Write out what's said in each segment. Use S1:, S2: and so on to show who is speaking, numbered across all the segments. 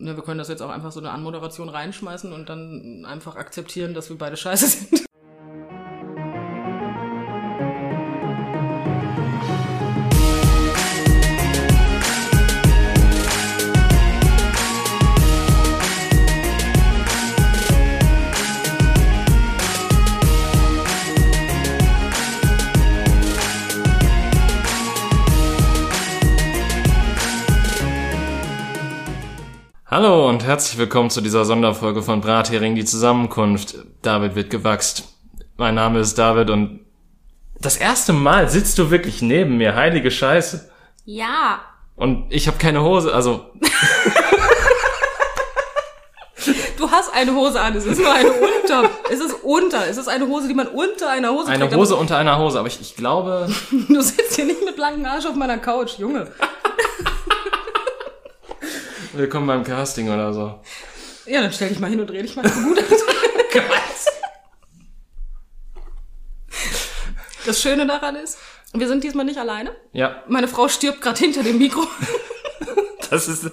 S1: Ne, wir können das jetzt auch einfach so eine Anmoderation reinschmeißen und dann einfach akzeptieren, dass wir beide scheiße sind.
S2: Hallo und herzlich willkommen zu dieser Sonderfolge von Brathering die Zusammenkunft. David wird gewachst. Mein Name ist David und das erste Mal sitzt du wirklich neben mir, heilige Scheiße.
S1: Ja.
S2: Und ich habe keine Hose, also
S1: Du hast eine Hose an, es ist nur eine Unter. es ist unter. Es ist eine Hose, die man unter einer Hose
S2: eine
S1: trägt.
S2: Hose unter einer Hose, aber ich, ich glaube,
S1: Aber Du sitzt hier nicht mit blankem Arsch auf meiner Couch, Junge.
S2: willkommen beim Casting oder so.
S1: Ja, dann stell dich mal hin und dreh dich mal so gut an. Das Schöne daran ist, wir sind diesmal nicht alleine.
S2: Ja,
S1: Meine Frau stirbt gerade hinter dem Mikro.
S2: das ist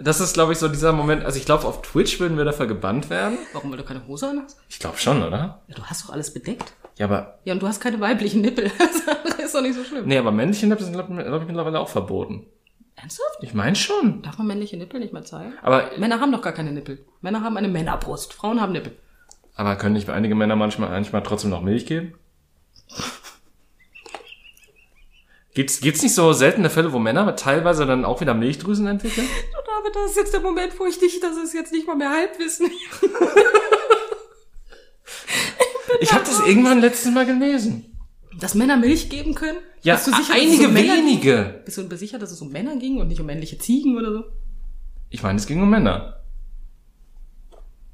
S2: das ist glaube ich so dieser Moment, also ich glaube auf Twitch würden wir dafür gebannt werden.
S1: Warum, weil du keine Hose an hast?
S2: Ich glaube schon, oder?
S1: Ja, du hast doch alles bedeckt.
S2: Ja, aber
S1: Ja, und du hast keine weiblichen Nippel. Das andere ist doch nicht so schlimm.
S2: nee, aber männliche Nippel sind glaube ich mittlerweile auch verboten.
S1: Ernsthaft?
S2: Ich meine schon,
S1: Darf man männliche Nippel nicht mehr zeigen?
S2: aber
S1: Männer haben doch gar keine Nippel. Männer haben eine Männerbrust. Frauen haben Nippel.
S2: Aber können nicht einige Männer manchmal, manchmal trotzdem noch Milch geben? Gibt's, gibt's nicht so seltene Fälle, wo Männer teilweise dann auch wieder Milchdrüsen entwickeln?
S1: Du, David, das ist jetzt der Moment, wo ich dich, das ist jetzt nicht mal mehr Halbwissen.
S2: Ich habe das irgendwann letztes Mal gelesen.
S1: Dass Männer Milch geben können?
S2: Ja,
S1: Bist du sicher, dass es
S2: einige
S1: um Männer ging?
S2: wenige.
S1: Bist du denn sicher, dass es um Männer ging und nicht um männliche Ziegen oder so?
S2: Ich meine, es ging um Männer.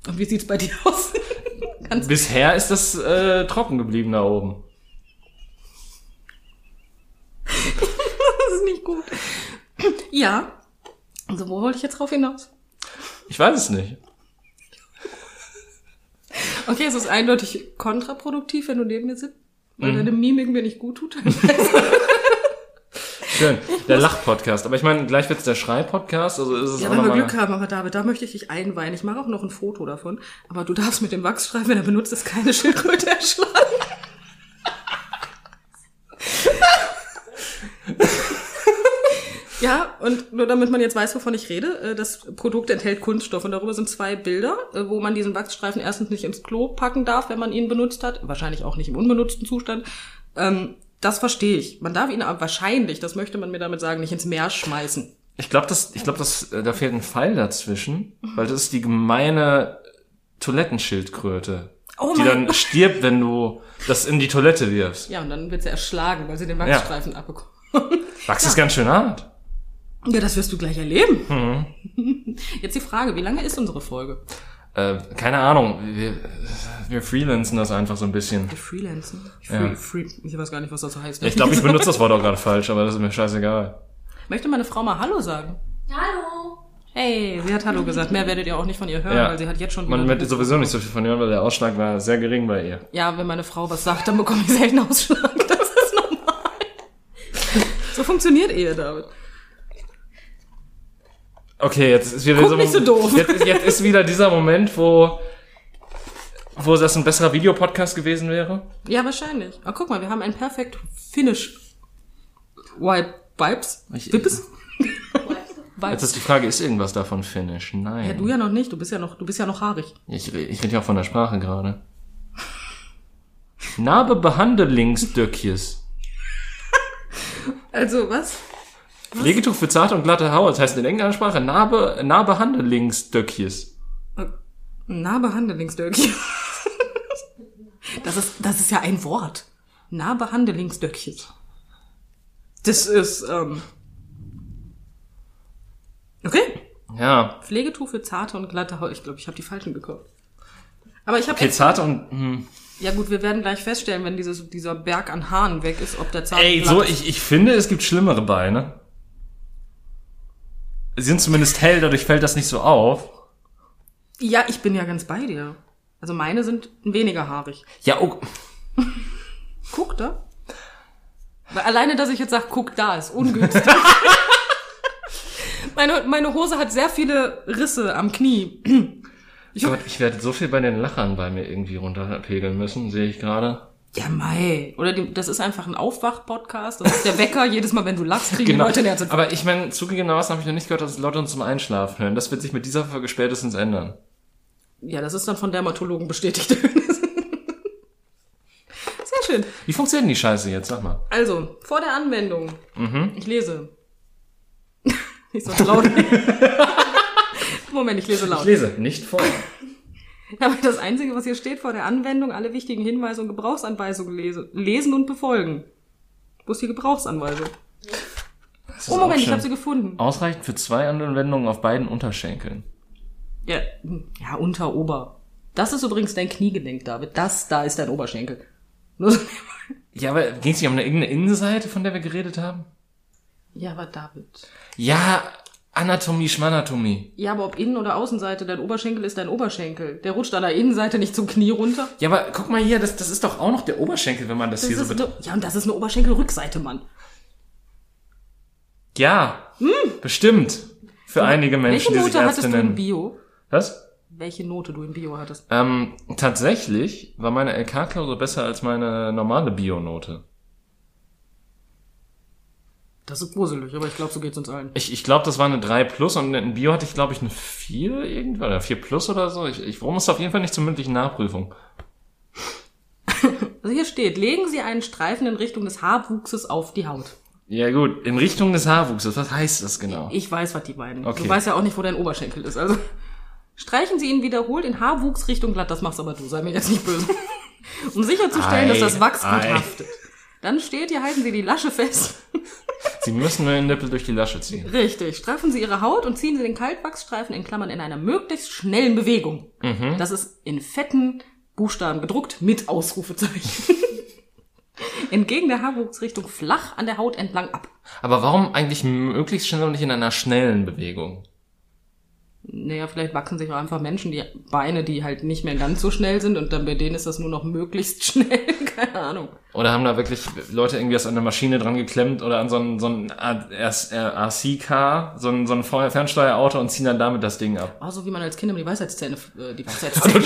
S1: Und wie sieht's bei dir aus? Kannst
S2: Bisher ist das äh, trocken geblieben da oben.
S1: das ist nicht gut. Ja. Also wo wollte ich jetzt drauf hinaus?
S2: Ich weiß es nicht.
S1: Okay, es ist eindeutig kontraproduktiv, wenn du neben mir sitzt,
S2: Mhm.
S1: weil deine Mimik mir nicht gut tut.
S2: Schön. Der Lach-Podcast. Aber ich meine, gleich wird's der Schrei-Podcast. Also ist es
S1: ja,
S2: auch
S1: wenn wir
S2: nochmal...
S1: Glück haben, aber David, da möchte ich dich einweihen. Ich mache auch noch ein Foto davon. Aber du darfst mit dem Wachsstreifen, wenn er benutzt ist, keine Schildkröte erschlagen. Ja, und nur damit man jetzt weiß, wovon ich rede, äh, das Produkt enthält Kunststoff und darüber sind zwei Bilder, äh, wo man diesen Wachsstreifen erstens nicht ins Klo packen darf, wenn man ihn benutzt hat, wahrscheinlich auch nicht im unbenutzten Zustand. Ähm, das verstehe ich. Man darf ihn aber wahrscheinlich, das möchte man mir damit sagen, nicht ins Meer schmeißen.
S2: Ich glaube, das, ich glaube, das, äh, da fehlt ein Pfeil dazwischen, weil das ist die gemeine Toilettenschildkröte,
S1: Oh
S2: die
S1: mein
S2: dann stirbt, wenn du das in die Toilette wirfst.
S1: Ja, und dann wird sie erschlagen, weil sie den Wachsstreifen abbekommt.
S2: Wachs ist ganz schön hart.
S1: Ja, das wirst du gleich erleben.
S2: Mhm.
S1: Jetzt die Frage, wie lange ist unsere Folge?
S2: Äh, keine Ahnung, wir, wir freelancen das einfach so ein bisschen.
S1: Wir freelancen. Free,
S2: Ja.
S1: free, ich weiß gar nicht, was das so heißt.
S2: Ich glaube, ich benutze das Wort auch gerade falsch, aber das ist mir scheißegal.
S1: Möchte meine Frau mal Hallo sagen?
S3: Hallo.
S1: Hey, sie hat Hallo gesagt. Mehr werdet ihr auch nicht von ihr hören,
S2: Ja.
S1: weil sie hat jetzt schon
S2: Man
S1: wieder...
S2: wird sowieso nicht so viel von hören, weil der Ausschlag war sehr gering bei ihr.
S1: ja, wenn meine Frau was sagt, dann bekomme ich selten Ausschlag. Das ist normal. So funktioniert Ehe, David.
S2: Okay, jetzt ist wieder
S1: Guck
S2: dieser
S1: nicht so
S2: Mom-
S1: doof.
S2: Jetzt, jetzt ist wieder dieser Moment, wo wo das ein besserer Videopodcast gewesen wäre.
S1: Ja, wahrscheinlich. Aber guck mal, wir haben ein perfekt Finish. Wipe, Vibes?
S2: Ich-
S1: Vibes?
S2: Jetzt
S1: Vibes.
S2: ist die Frage, ist irgendwas davon Finnisch? Nein.
S1: Ja, du ja noch nicht. Du bist ja noch, du bist ja noch haarig.
S2: Ich, re- ich rede ja auch von der Sprache gerade. Narbe Behandelingsdöckjes.
S1: Also was?
S2: Pflegetuch für zarte und glatte Haut. Das heißt in englischer Sprache Narbe, Narbehandelingsdöckjes.
S1: Nahbehandelingsdöckchen. Das ist, das ist ja ein Wort. Nahbehandelingsdöckchen. Das ist, ähm. Okay.
S2: Ja.
S1: Pflegetuch für zarte und glatte Haut. Ich glaube, ich habe die falschen gekauft. Aber ich habe
S2: Okay, zarte und... Hm.
S1: Ja gut, wir werden gleich feststellen, wenn dieses, dieser Berg an Haaren weg ist, ob der zarte
S2: Ey,
S1: glatt
S2: so,
S1: ist.
S2: ich, ich finde, es gibt schlimmere Beine. Sie sind zumindest hell, dadurch fällt das nicht so auf.
S1: Ja, ich bin ja ganz bei dir. Also meine sind weniger haarig.
S2: Ja, oh,
S1: Guck da. Weil alleine, dass ich jetzt sage, guck da, ist ungünstig. Meine, meine Hose hat sehr viele Risse am Knie. Ich hab-
S2: Gott, ich werde so viel bei den Lachern bei mir irgendwie runterpegeln müssen, sehe ich gerade.
S1: Ja, mei. Oder die, das ist einfach ein Aufwach-Podcast. Das ist der Wecker. Jedes Mal, wenn du lachst, kriegen die Leute einen Herzinfarkt.
S2: Genau. Aber ich meine, zugegebenermaßen habe ich noch nicht gehört, dass es Leute uns zum Einschlafen hören. Das wird sich mit dieser Folge spätestens ändern.
S1: Ja, das ist dann von Dermatologen bestätigt. sehr schön.
S2: Wie funktioniert denn die Scheiße jetzt? Sag mal.
S1: Also, vor der Anwendung. Ich lese. Nicht so laut. Moment, ich lese laut.
S2: lese nicht vor.
S1: Aber das Einzige, was hier steht, vor der Anwendung alle wichtigen Hinweise und Gebrauchsanweisungen lese, lesen und befolgen. Wo ist die Gebrauchsanweisung? Oh Moment, ich habe sie gefunden.
S2: Ausreichend für zwei Anwendungen auf beiden Unterschenkeln.
S1: Ja, ja, unter, ober. Das ist übrigens dein Kniegelenk, David. Das da ist dein Oberschenkel. Nur so-
S2: Ja, aber ging es nicht um eine irgendeine Innenseite, von der wir geredet haben?
S1: ja, aber David.
S2: Ja, Anatomie, Schmanatomie.
S1: Ja, aber ob Innen- oder Außenseite, dein Oberschenkel ist dein Oberschenkel. Der rutscht an der Innenseite nicht zum Knie runter.
S2: Ja, aber guck mal hier, das, das ist doch auch noch der Oberschenkel, wenn man das,
S1: Das
S2: hier so
S1: ist
S2: betrachtet.
S1: eine, ja, und das ist eine Oberschenkelrückseite, Mann.
S2: Ja, bestimmt. Für einige
S1: Hm.
S2: Menschen,
S1: Welche
S2: die sich
S1: Note
S2: Ärzte
S1: hattest du in
S2: nennen.
S1: Bio?
S2: Was?
S1: Welche Note du in Bio hattest?
S2: Ähm, tatsächlich war meine LK-Klausur besser als meine normale Bio-Note.
S1: Das ist gruselig, aber ich glaube, so geht's uns allen.
S2: Ich, ich glaube, das war eine 3 plus und in Bio hatte ich, glaube ich, eine 4 irgendwie oder 4 plus oder so. Ich, ich musste auf jeden Fall nicht zur mündlichen Nachprüfung.
S1: Also hier steht, legen Sie einen Streifen in Richtung des Haarwuchses auf die Haut.
S2: Ja gut, in Richtung des Haarwuchses, was heißt das genau?
S1: Ich weiß, was die meinen. Du
S2: Okay.
S1: weißt ja auch nicht, wo dein Oberschenkel ist. Also streichen Sie ihn wiederholt in Haarwuchs Richtung glatt. Das machst aber du, sei mir jetzt nicht böse. Um sicherzustellen,
S2: Ei,
S1: dass das Wachs gut
S2: ei.
S1: haftet. Dann steht hier, halten Sie die Lasche fest.
S2: Sie müssen nur den Nippel durch die Lasche ziehen.
S1: Richtig. Straffen Sie Ihre Haut und ziehen Sie den Kaltwachsstreifen in Klammern in einer möglichst schnellen Bewegung.
S2: Mhm.
S1: Das ist in fetten Buchstaben gedruckt mit Ausrufezeichen. Entgegen der Haarwuchsrichtung flach an der Haut entlang ab.
S2: Aber warum eigentlich möglichst schnell und nicht in einer schnellen Bewegung?
S1: Naja, vielleicht wachsen sich auch einfach Menschen die Beine, die halt nicht mehr ganz so schnell sind und dann bei denen ist das nur noch möglichst schnell. Keine Ahnung.
S2: Oder haben da wirklich Leute irgendwie das an der Maschine dran geklemmt oder an so ein, so ein RC-Car, so ein, so ein Feuer- Fernsteuerauto und ziehen dann damit das Ding ab?
S1: Oh, so wie man als Kind immer die Weisheitszähne, äh, die
S2: Oder
S1: Weisheitszähne.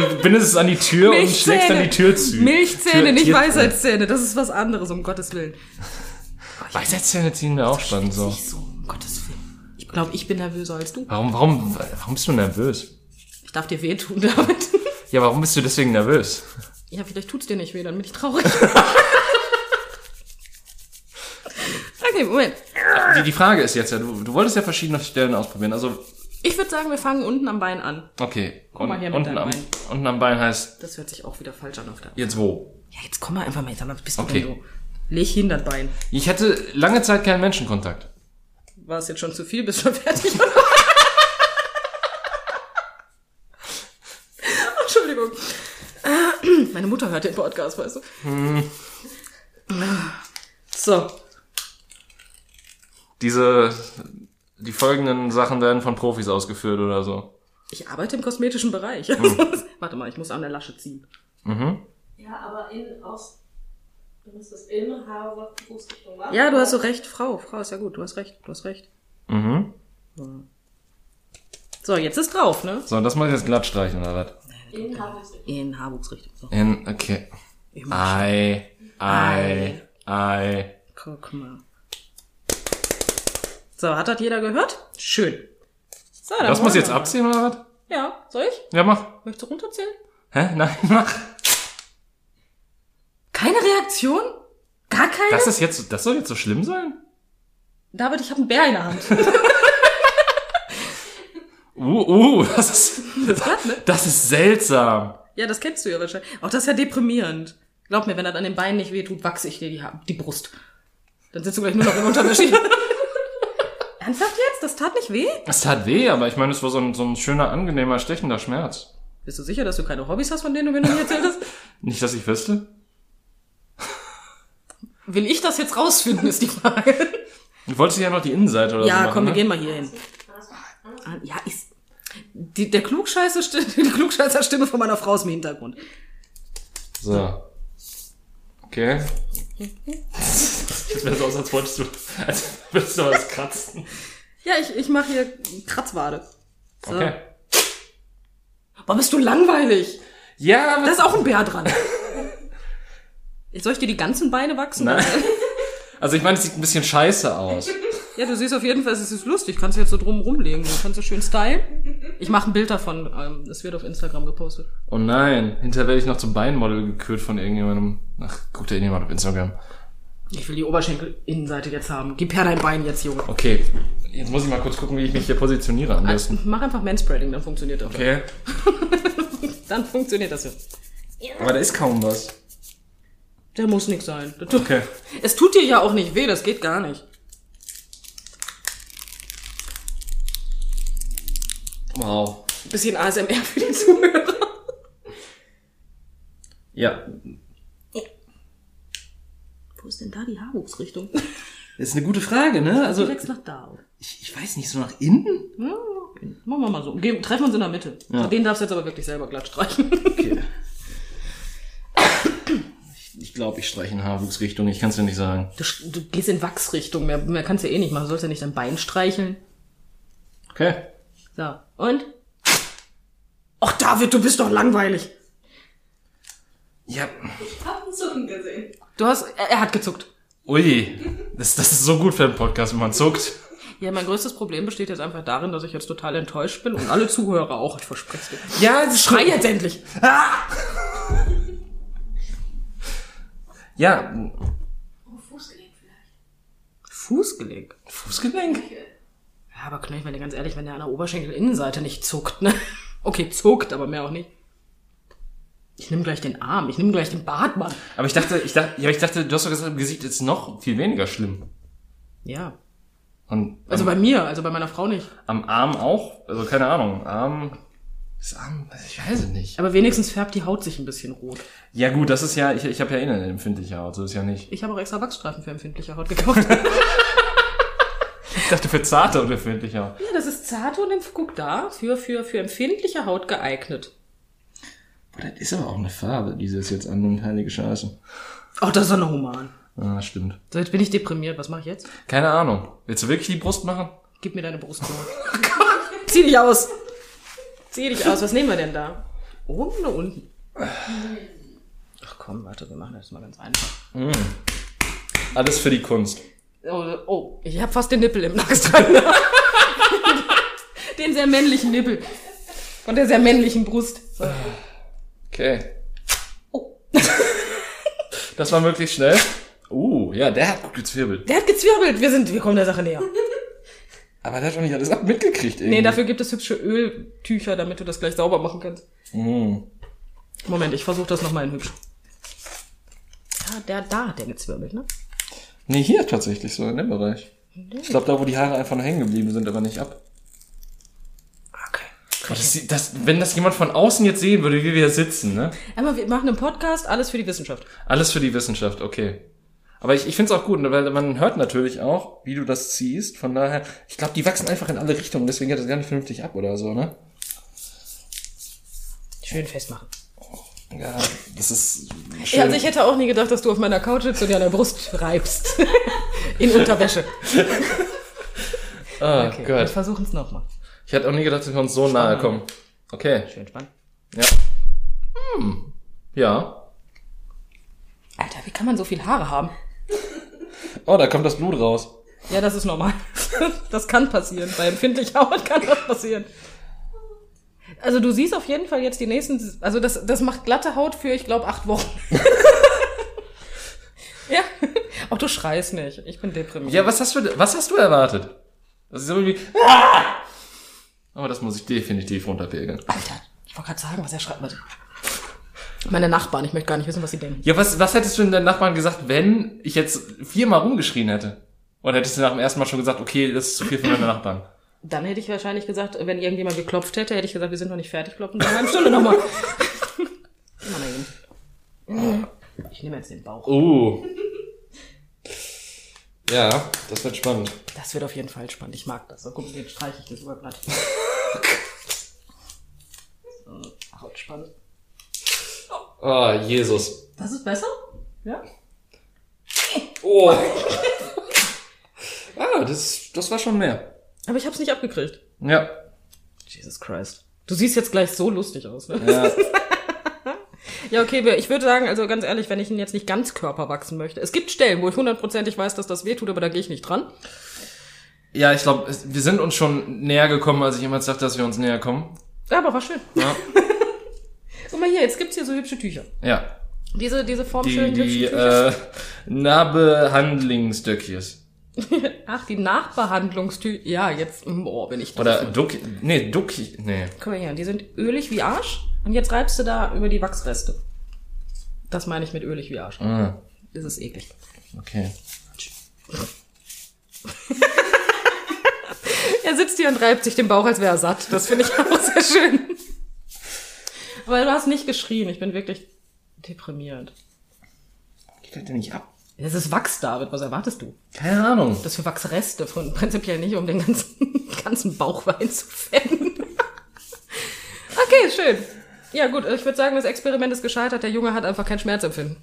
S2: du bindest es an die Tür und schlägst dann die Tür zu.
S1: Milchzähne,
S2: Tür-
S1: nicht
S2: Tür-
S1: Weisheitszähne. Das ist was anderes, um Gottes Willen.
S2: Weisheitszähne ziehen wir auch spannend so.
S1: Nicht so, um Gottes Willen. Ich glaube, ich bin nervöser als du.
S2: Warum, warum, warum bist du nervös?
S1: Ich darf dir wehtun, David.
S2: Ja, warum bist du deswegen nervös?
S1: Ja, vielleicht tut's dir nicht weh, dann bin ich traurig. okay, Moment.
S2: Die, die Frage ist jetzt ja, du, du wolltest ja verschiedene Stellen ausprobieren. Also,
S1: Ich würde sagen, wir fangen unten am Bein an.
S2: okay.
S1: Guck mal hier mit
S2: unten,
S1: deinem
S2: am,
S1: Bein.
S2: unten am Bein heißt
S1: Das hört sich auch wieder falsch an auf der
S2: jetzt wo?
S1: Ja, jetzt komm mal einfach mal, jetzt ein bisschen
S2: Okay.
S1: okay. Leg hin das Bein.
S2: Ich hatte lange Zeit keinen Menschenkontakt.
S1: War es jetzt schon zu viel? Bist schon fertig? Entschuldigung. Meine Mutter hört den Podcast, weißt du.
S2: Hm.
S1: So.
S2: Diese, die folgenden Sachen werden von Profis ausgeführt oder so.
S1: Ich arbeite im kosmetischen Bereich.
S2: Hm.
S1: Also, Warte mal, ich muss an der Lasche ziehen.
S3: Ja, aber in, aus, dann ist das in, Haar, Wach, Fußrichtung, Wach.
S1: Ja, du hast so recht, Frau. Frau ist ja gut, du hast recht, du hast recht.
S2: Mhm.
S1: So, jetzt ist drauf, ne?
S2: So, das muss ich jetzt glatt streichen oder was?
S3: In, Haar, Fußrichtung.
S1: In Haarwuchsrichtung. So.
S2: In, okay.
S1: Ich mach-
S2: Ei, ei, ei.
S1: Guck mal. So, hat das jeder gehört? Schön. So, dann
S2: Das
S1: wollen
S2: muss
S1: wir
S2: jetzt
S1: mal.
S2: abziehen oder was?
S1: Ja, soll ich?
S2: Ja, mach.
S1: Möchtest du runterzählen?
S2: Hä? Nein, mach.
S1: Keine Reaktion? Gar keine?
S2: Das ist jetzt, so- das soll jetzt so schlimm sein?
S1: David, ich habe einen Bär in der Hand.
S2: Uh, uh, das ist,
S1: Das hat, ne?
S2: das ist seltsam.
S1: Ja, das kennst du ja wahrscheinlich. Auch das ist ja deprimierend. Glaub mir, wenn das an den Beinen nicht wehtut, wachse ich dir die, Ha- die Brust. Dann sitzt du gleich nur noch in Unterwäsche. Ernsthaft jetzt? Das tat nicht weh?
S2: Es tat weh, aber ich meine, es war so ein, so ein schöner, angenehmer, stechender Schmerz.
S1: Bist du sicher, dass du keine Hobbys hast, von denen du mir noch nie erzählt hast?
S2: Nicht, dass ich wüsste.
S1: Will ich das jetzt rausfinden, ist die Frage.
S2: Du wolltest ja noch die Innenseite oder so
S1: Ja,
S2: machen,
S1: komm, wir
S2: ne?
S1: gehen mal hier hin. Ah, Ja, ist. Die, der Klugscheißer, die Klugscheißer Stimme von meiner Frau ist im Hintergrund.
S2: So. Okay. Ich mir so aus, als wolltest du, als würdest du was kratzen.
S1: Ja, ich, ich mache hier Kratzwade. So.
S2: Okay.
S1: Boah, bist du langweilig.
S2: Ja, aber
S1: Da ist auch ein Bär dran. Soll ich dir die ganzen Beine wachsen?
S2: Nein. Also ich meine, es sieht ein bisschen scheiße aus.
S1: Ja, du siehst auf jeden Fall, es ist lustig. Kannst du jetzt so drum rumlegen. Du kannst du schön stylen. Ich mache ein Bild davon. ähm, Es wird auf Instagram gepostet.
S2: Oh nein, hinterher werde ich noch zum Beinmodel gekürt von irgendjemandem. Ach, guckt ja irgendjemand auf Instagram.
S1: Ich will die Oberschenkelinnenseite jetzt haben. Gib her dein Bein jetzt, Junge.
S2: Okay, jetzt muss ich mal kurz gucken, wie ich mich hier positioniere am besten.
S1: Also, Mach einfach Manspreading, dann funktioniert das.
S2: Okay,
S1: Dann funktioniert das ja.
S2: aber da ist kaum was.
S1: Der muss nix sein. Das tut-
S2: Okay.
S1: Es tut dir ja auch nicht weh, das geht gar nicht.
S2: Wow.
S1: Bisschen ASMR für die Zuhörer.
S2: Ja,
S1: Wo ist denn da die Haarwuchsrichtung?
S2: das ist eine gute Frage, ne?
S1: Die
S2: Also
S1: wächst nach da.
S2: ich, ich weiß nicht, so nach innen?
S1: Hm, Machen wir mal so. Geh, treffen wir uns in der Mitte.
S2: Ja.
S1: Den darfst du jetzt aber wirklich selber glatt streichen.
S2: Okay. Ich, ich glaube, ich streiche in Haarwuchsrichtung, ich kann es dir nicht sagen.
S1: Du, sch- du gehst in Wachsrichtung. Mehr, mehr kannst du eh nicht machen. Du sollst ja nicht dein Bein streicheln.
S2: Okay.
S1: So. Und? Ach, David, du bist doch langweilig.
S2: Ja.
S3: Ich hab einen Zucken gesehen.
S1: Du hast, er, er hat gezuckt.
S2: Ui, das, das ist so gut für einen Podcast, wenn man zuckt.
S1: Ja, mein größtes Problem besteht jetzt einfach darin, dass ich jetzt total enttäuscht bin und alle Zuhörer auch, ich verspreche es dir.
S2: Ja, es ist
S1: Schrei jetzt endlich!
S2: Ja,
S3: Oh, Fußgelenk vielleicht.
S1: Fußgelenk.
S2: Fußgelenk?
S1: Ja, aber Knöchel, wenn du ganz ehrlich, wenn der an der Oberschenkelinnenseite nicht zuckt, ne? Okay, zuckt, aber mehr auch nicht. Ich nehme gleich den Arm, ich nehme gleich den Bartmann.
S2: Aber ich dachte, ich dachte, ja, aber ich dachte, du hast doch gesagt, im Gesicht ist noch viel weniger schlimm.
S1: Ja.
S2: Und
S1: Also bei mir, also bei meiner Frau nicht.
S2: am Arm auch? Also keine Ahnung. Arm. Das Arm, also ich weiß es nicht.
S1: Aber wenigstens färbt die Haut sich ein bisschen rot.
S2: Ja gut, das ist ja, ich, ich habe ja eh eine empfindliche Haut, so ist ja nicht.
S1: Ich habe auch extra Wachsstreifen für empfindliche Haut gekauft.
S2: Ich dachte für zarte und empfindliche Haut.
S1: ja, das ist zarte und empf- guck da, für, für, für empfindliche Haut geeignet.
S2: Boah, das ist aber auch eine Farbe, die sie es jetzt annimmt, heilige Scheiße.
S1: Ach, Oh, das ist doch noch human.
S2: Ah, stimmt.
S1: So, jetzt bin ich deprimiert, was mache ich jetzt?
S2: Keine Ahnung. Willst du wirklich die Brust machen?
S1: Gib mir deine Brustblume. Oh Zieh dich aus. Zieh dich aus. Was nehmen wir denn da? Oben oder unten? Ach komm, warte, wir machen das mal ganz einfach.
S2: Alles für die Kunst.
S1: Oh, oh ich habe fast den Nippel im Nacken dran. den sehr männlichen Nippel. Von der sehr männlichen Brust. So.
S2: Okay.
S1: Oh.
S2: Das war möglichst schnell. Uh, ja, der hat gut gezwirbelt.
S1: Der hat gezwirbelt. Wir sind, wir kommen der Sache näher.
S2: Aber der hat doch nicht alles ab mitgekriegt irgendwie.
S1: Nee, dafür gibt es hübsche Öltücher, damit du das gleich sauber machen kannst.
S2: Mm.
S1: Moment, ich versuche das nochmal in hübsch. Ja, der da hat der gezwirbelt, ne?
S2: Nee, hier tatsächlich so, in dem Bereich. Ich glaube, da, wo die Haare einfach noch hängen geblieben sind, aber nicht ab.
S1: Okay.
S2: Boah, das, sieht- das, wenn das jemand von außen jetzt sehen würde, wie wir hier sitzen, ne?
S1: Einmal, wir machen einen Podcast, alles für die Wissenschaft.
S2: Alles für die Wissenschaft, okay. Aber ich, ich finde es auch gut, ne, weil man hört natürlich auch, wie du das ziehst. Von daher, ich glaube, die wachsen einfach in alle Richtungen, deswegen geht das gar nicht vernünftig ab oder so, ne?
S1: Schön festmachen.
S2: Ja, das ist schön.
S1: Ja, also ich hätte auch nie gedacht, dass du auf meiner Couch sitzt und dir an der Brust reibst. In Unterwäsche.
S2: oh
S1: Okay, wir
S2: Gott.
S1: versuchen es nochmal.
S2: Ich hätte auch nie gedacht, dass wir uns so nahe kommen. Okay,
S1: Schön spannend.
S2: ja. Hm. Ja.
S1: Alter, wie kann man so viel Haare haben?
S2: Oh, da kommt das Blut raus.
S1: Ja, das ist normal. Das kann passieren. Bei empfindlich Haut kann das passieren. Also du siehst auf jeden Fall jetzt die nächsten, also das, das macht glatte Haut für, ich glaube, acht Wochen. ja, auch du schreist nicht. Ich bin deprimiert.
S2: Ja, was hast du, was hast du erwartet? Das ist irgendwie. Ah! Aber das muss ich definitiv runterpegeln.
S1: Alter, ich wollte gerade sagen, was er schreibt. Warte. Meine Nachbarn, ich möchte gar nicht wissen, was sie denken.
S2: Ja, was, was hättest du denn deinen Nachbarn gesagt, wenn ich jetzt viermal rumgeschrien hätte? Oder hättest du nach dem ersten Mal schon gesagt, okay, das ist zu viel für meine Nachbarn?
S1: Dann hätte ich wahrscheinlich gesagt, wenn irgendjemand geklopft hätte, hätte ich gesagt, wir sind noch nicht fertig, klopfen wir in einer Stunde nochmal. Immer mal eben. Ich nehme jetzt den Bauch.
S2: Oh. Ja, das wird spannend.
S1: Das wird auf jeden Fall spannend. Ich mag das. So, guck, jetzt streiche ich das überblatt. So, Haut spannend.
S2: Ah, Jesus.
S1: Das ist besser? Ja?
S2: Oh. ah, das, das war schon mehr.
S1: Aber ich hab's nicht abgekriegt.
S2: Ja.
S1: Jesus Christ. Du siehst jetzt gleich so lustig aus, ne?
S2: ja.
S1: Ja, okay, wir- ich würde sagen, also ganz ehrlich, wenn ich ihn jetzt nicht ganz Körper wachsen möchte. Es gibt Stellen, wo ich hundertprozentig weiß, dass das wehtut, aber da gehe ich nicht dran.
S2: Ja, ich glaube, wir sind uns schon näher gekommen, als ich jemals dachte, dass wir uns näher kommen.
S1: Ja, aber war schön.
S2: Ja.
S1: Guck mal hier, jetzt gibt's hier so hübsche Tücher.
S2: ja.
S1: Diese, diese
S2: Die,
S1: formschönen
S2: die
S1: hübschen Tücher.
S2: äh, Narbehandlingsdöckjes. äh,
S1: Ach, die Nachbehandlungstücher. Ja, jetzt, mm, boah, bin ich
S2: Oder Duck. Nee, Ducki. Nee.
S1: Guck mal hier, die sind ölig wie Arsch. Und jetzt reibst du da über die Wachsreste. Das meine ich mit ölig wie Arsch.
S2: Ah,
S1: Das ist eklig.
S2: okay.
S1: Er sitzt hier und reibt sich den Bauch, als wäre er satt. Das finde ich auch sehr schön. Aber du hast nicht geschrien. Ich bin wirklich deprimiert.
S2: Geht halt ja nicht ab.
S1: Das ist Wachs, David. Was erwartest du?
S2: Keine Ahnung.
S1: Das für Wachsreste von prinzipiell nicht, um den ganzen, ganzen Bauch Wein zu fänden. okay, schön. Ja gut, ich würde sagen, das Experiment ist gescheitert. Der Junge hat einfach kein Schmerzempfinden.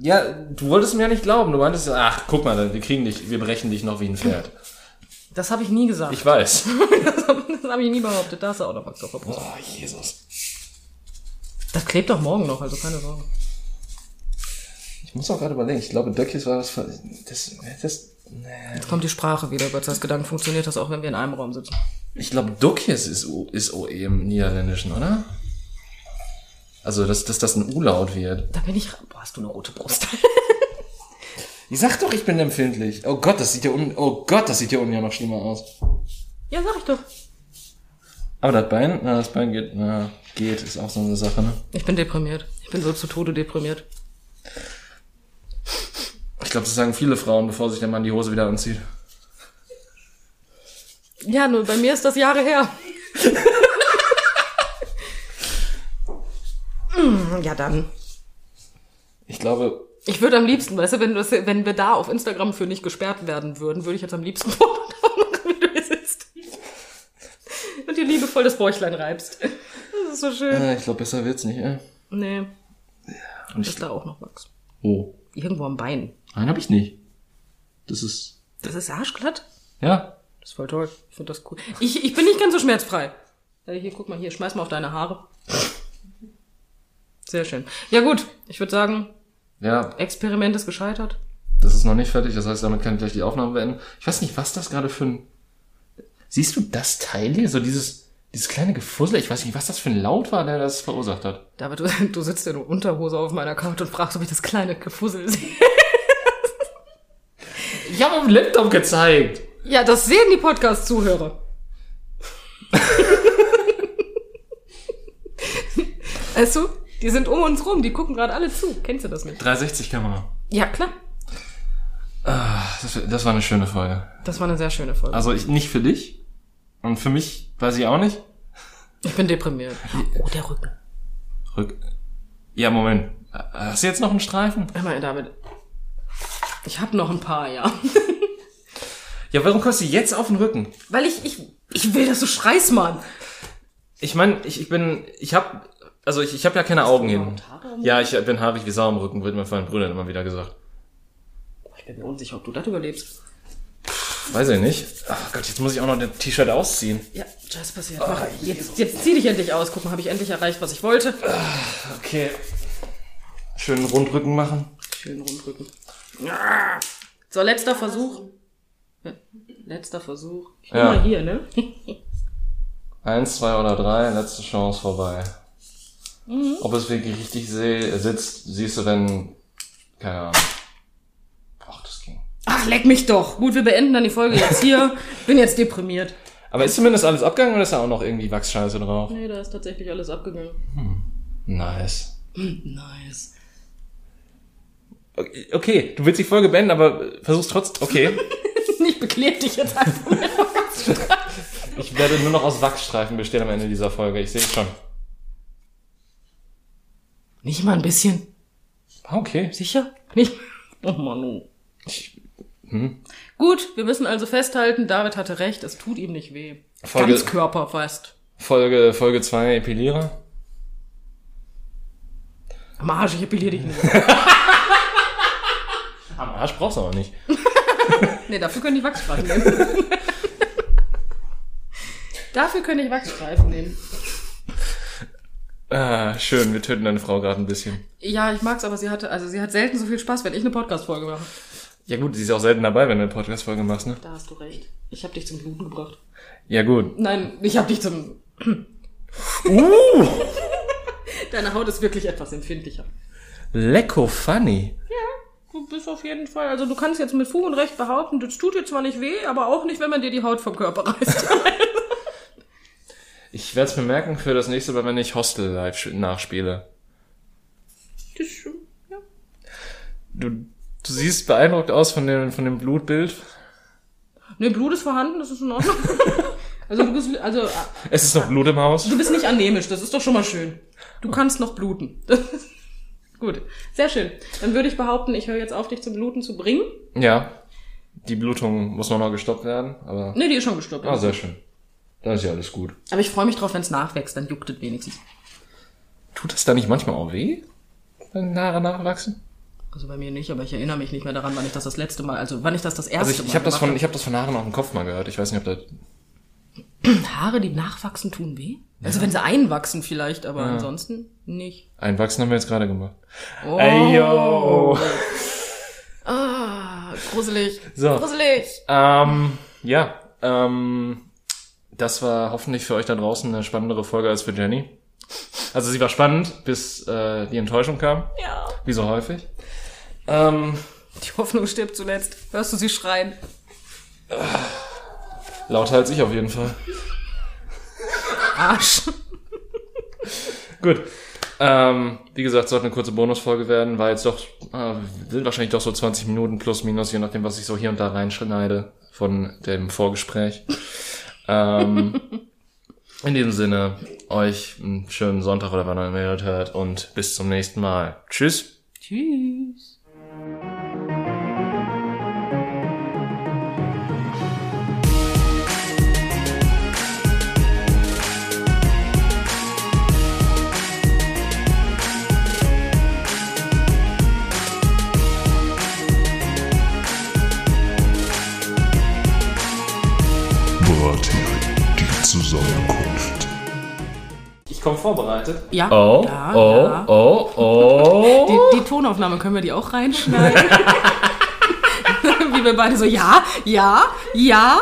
S2: Ja, du wolltest mir ja nicht glauben. Du meintest, ach, guck mal, wir kriegen dich, wir brechen dich noch wie ein Pferd.
S1: Das habe ich nie gesagt.
S2: Ich weiß.
S1: das habe ich nie behauptet. Da hast du auch noch Wachs auf der Brust.
S2: Oh, Jesus.
S1: Das klebt doch morgen noch, also keine Sorge.
S2: Ich muss auch gerade überlegen. Ich glaube, Döckjes war das. das, das nee.
S1: Jetzt kommt die Sprache wieder. Gott sei Dank Gedanken funktioniert das auch, wenn wir in einem Raum sitzen.
S2: Ich glaube, Duckjes ist, O- ist OE im Niederländischen, oder? Also, dass, dass das ein U-Laut wird.
S1: Da bin ich. Boah, hast du eine rote Brust.
S2: Ich sag doch, ich bin empfindlich. Oh Gott, das sieht ja un oh Gott, das sieht ja unten ja noch schlimmer aus.
S1: ja, sag ich doch.
S2: Aber das Bein, na, das Bein geht, na, geht, ist auch so eine Sache, ne?
S1: Ich bin deprimiert. Ich bin so zu Tode deprimiert.
S2: Ich glaube, das sagen viele Frauen, bevor sich der Mann die Hose wieder anzieht.
S1: Ja, nur bei mir ist das Jahre her. Mm, ja, dann.
S2: Ich glaube,
S1: Ich würde am liebsten, weißt du, wenn, das, wenn wir da auf Instagram für nicht gesperrt werden würden, würde ich jetzt am liebsten Foto davon machen, wie du hier sitzt. Und dir liebevoll das Bäuchlein reibst. Das ist so schön.
S2: äh, ich glaube, besser wird's nicht, äh.
S1: Nee,
S2: Und
S1: ist
S2: ich,
S1: da auch noch Wachs.
S2: oh,
S1: Irgendwo am Bein.
S2: nein, habe ich nicht. Das ist,
S1: Das ist arschglatt.
S2: ja,
S1: Das ist voll toll. Ich finde das cool. Ich, ich bin nicht ganz so schmerzfrei. Äh, Hier, guck mal, hier, schmeiß mal auf deine Haare. Sehr schön. Ja gut, ich würde sagen,
S2: ja,
S1: Experiment ist gescheitert.
S2: das ist noch nicht fertig. Das heißt, damit kann ich gleich die Aufnahme beenden. Ich weiß nicht, was das gerade für ein, siehst du das Teil hier? So dieses, dieses kleine Gefussel. Ich weiß nicht, was das für ein Laut war, der das verursacht hat.
S1: David, du, du sitzt in Unterhose auf meiner Couch und fragst, ob ich das kleine Gefussel sehe.
S2: Ich habe auf dem Laptop gezeigt.
S1: Ja, das sehen die Podcast-Zuhörer. weißt du, die sind um uns rum, die gucken gerade alle zu. Kennst du das nicht?
S2: 360 Kamera.
S1: Ja, klar.
S2: Das, das war eine schöne Folge.
S1: Das war eine sehr schöne Folge.
S2: Also ich, nicht für dich. Und für mich weiß ich auch nicht.
S1: Ich bin deprimiert. Oh, der Rücken.
S2: Rück. Ja, Moment. Hast du jetzt noch einen Streifen?
S1: Hör mal, David. Ich habe noch ein paar, ja.
S2: Ja, warum kommst du jetzt auf den Rücken?
S1: Weil ich, ich, ich will, dass du schreist, Mann.
S2: Ich meine, ich, ich bin, ich hab, also ich, ich hab ja keine Augen hin.
S1: überhaupt Haare am
S2: Ja, ich bin haarig wie Sau am Rücken, wird mir von meinen Brüdern immer wieder gesagt.
S1: Ich bin mir unsicher, ob du das überlebst.
S2: Weiß ich nicht. Ach Gott, jetzt muss ich auch noch das T-Shirt ausziehen.
S1: Ja, Scheiß passiert. Mach, jetzt, jetzt zieh dich endlich aus. Guck mal, habe ich endlich erreicht, was ich wollte.
S2: Okay. Schönen Rundrücken machen.
S1: Schön rumdrücken. Ah. So, letzter Versuch. Ja, Letzter Versuch. Ich
S2: Ja.
S1: ja. mal hier, ne?
S2: Eins, zwei oder drei, letzte Chance vorbei. Ob es wirklich richtig seh- sitzt, siehst du, wenn, keine Ahnung. Ach, das ging.
S1: Ach, leck mich doch. Gut, wir beenden dann die Folge jetzt hier. Bin jetzt deprimiert.
S2: Aber ist zumindest alles abgegangen oder ist da auch noch irgendwie Wachsscheiße drauf?
S1: Nee, da ist tatsächlich alles abgegangen.
S2: Nice.
S1: Hm, Nice.
S2: Okay, okay, du willst die Folge beenden, aber versuchst trotzdem. Okay.
S1: Ich bekleb dich jetzt einfach mit der Wachsstreifen.
S2: Ich werde nur noch aus Wachsstreifen bestehen am Ende dieser Folge. Ich sehe es schon.
S1: Nicht mal ein bisschen.
S2: Ah, Okay.
S1: Sicher? Nicht? Oh Mann. oh.
S2: Ich-
S1: Gut, wir müssen also festhalten, David hatte recht, es tut ihm nicht weh.
S2: Folge-
S1: Ganz Körper fast.
S2: Folge, Folge 2, Epilierer.
S1: Am Arsch, ich appelliere dich nicht.
S2: Am Arsch brauchst du aber nicht.
S1: nee, dafür können die Wachsstreifen nehmen. Dafür könnte ich Wachsstreifen nehmen.
S2: Ah, schön, wir töten deine Frau gerade ein bisschen.
S1: Ja, ich mag's, aber sie hatte, also sie hat selten so viel Spaß, wenn ich eine Podcast-Folge mache.
S2: Ja gut, sie ist auch selten dabei, wenn du eine Podcast-Folge machst, ne?
S1: Da hast du recht. Ich habe dich zum Bluten gebracht.
S2: Ja gut.
S1: Nein, ich habe dich zum.
S2: Uh,
S1: Deine Haut ist wirklich etwas empfindlicher.
S2: lecko funny.
S1: Du bist auf jeden Fall, also du kannst jetzt mit Fug und Recht behaupten, das tut dir zwar nicht weh, aber auch nicht, wenn man dir die Haut vom Körper reißt.
S2: Ich werde es mir merken für das nächste Mal, wenn ich Hostel live sch- nachspiele.
S1: das, ist schon- ja.
S2: Du, du siehst beeindruckt aus von dem, von dem Blutbild.
S1: Ne, Blut ist vorhanden, das ist in Ordnung. Also du bist, also äh,
S2: Es ist noch Blut im Haus.
S1: du bist nicht anämisch, das ist doch schon mal schön. Du kannst noch bluten. Gut, sehr schön. Dann würde ich behaupten, ich höre jetzt auf, dich zum Bluten zu bringen.
S2: Ja. Die Blutung muss noch mal gestoppt werden, aber.
S1: Ne, die ist schon gestoppt.
S2: Ah, sehr schön. Dann ist ja alles gut.
S1: Aber ich freue mich drauf, wenn es nachwächst, dann juckt es wenigstens.
S2: Tut das da nicht manchmal auch weh? Wenn Haare nachwachsen?
S1: Also bei mir nicht, aber ich erinnere mich nicht mehr daran, wann ich das das letzte Mal, also wann ich das das
S2: Also
S1: erste
S2: ich, ich
S1: Mal
S2: habe das von,
S1: gemacht
S2: ich habe das von Haaren auf dem Kopf mal gehört. Ich weiß nicht, ob das.
S1: habe. Haare, die nachwachsen, tun weh? Also wenn sie einwachsen vielleicht, aber ansonsten nicht.
S2: Einwachsen haben wir jetzt gerade gemacht.
S1: Oh.
S2: Ey, yo.
S1: Ah, gruselig.
S2: So.
S1: Gruselig.
S2: Ähm, ja, ähm, das war hoffentlich für euch da draußen eine spannendere Folge als für Jenny. Also sie war spannend, bis äh, die Enttäuschung kam,
S1: Ja.
S2: wie so häufig. Ähm,
S1: Die Hoffnung stirbt zuletzt. Hörst du sie schreien?
S2: lauter als ich auf jeden Fall.
S1: Arsch.
S2: Gut. Ähm, wie gesagt, sollte eine kurze Bonusfolge werden, war jetzt doch, äh, sind wahrscheinlich doch so 20 Minuten plus minus, je nachdem, was ich so hier und da reinschneide von dem Vorgespräch. ähm, in diesem Sinne, euch einen schönen Sonntag oder wann ihr meldet hört und bis zum nächsten Mal. Tschüss.
S1: Tschüss.
S4: Bratherik, die Zusammenkunft.
S2: Ich komme vorbereitet.
S1: Ja.
S2: Oh,
S1: ja,
S2: oh,
S1: ja.
S2: oh, oh,
S1: Die, die Tonaufnahme können wir die auch reinschneiden. Wie wir beide so, ja, ja, ja,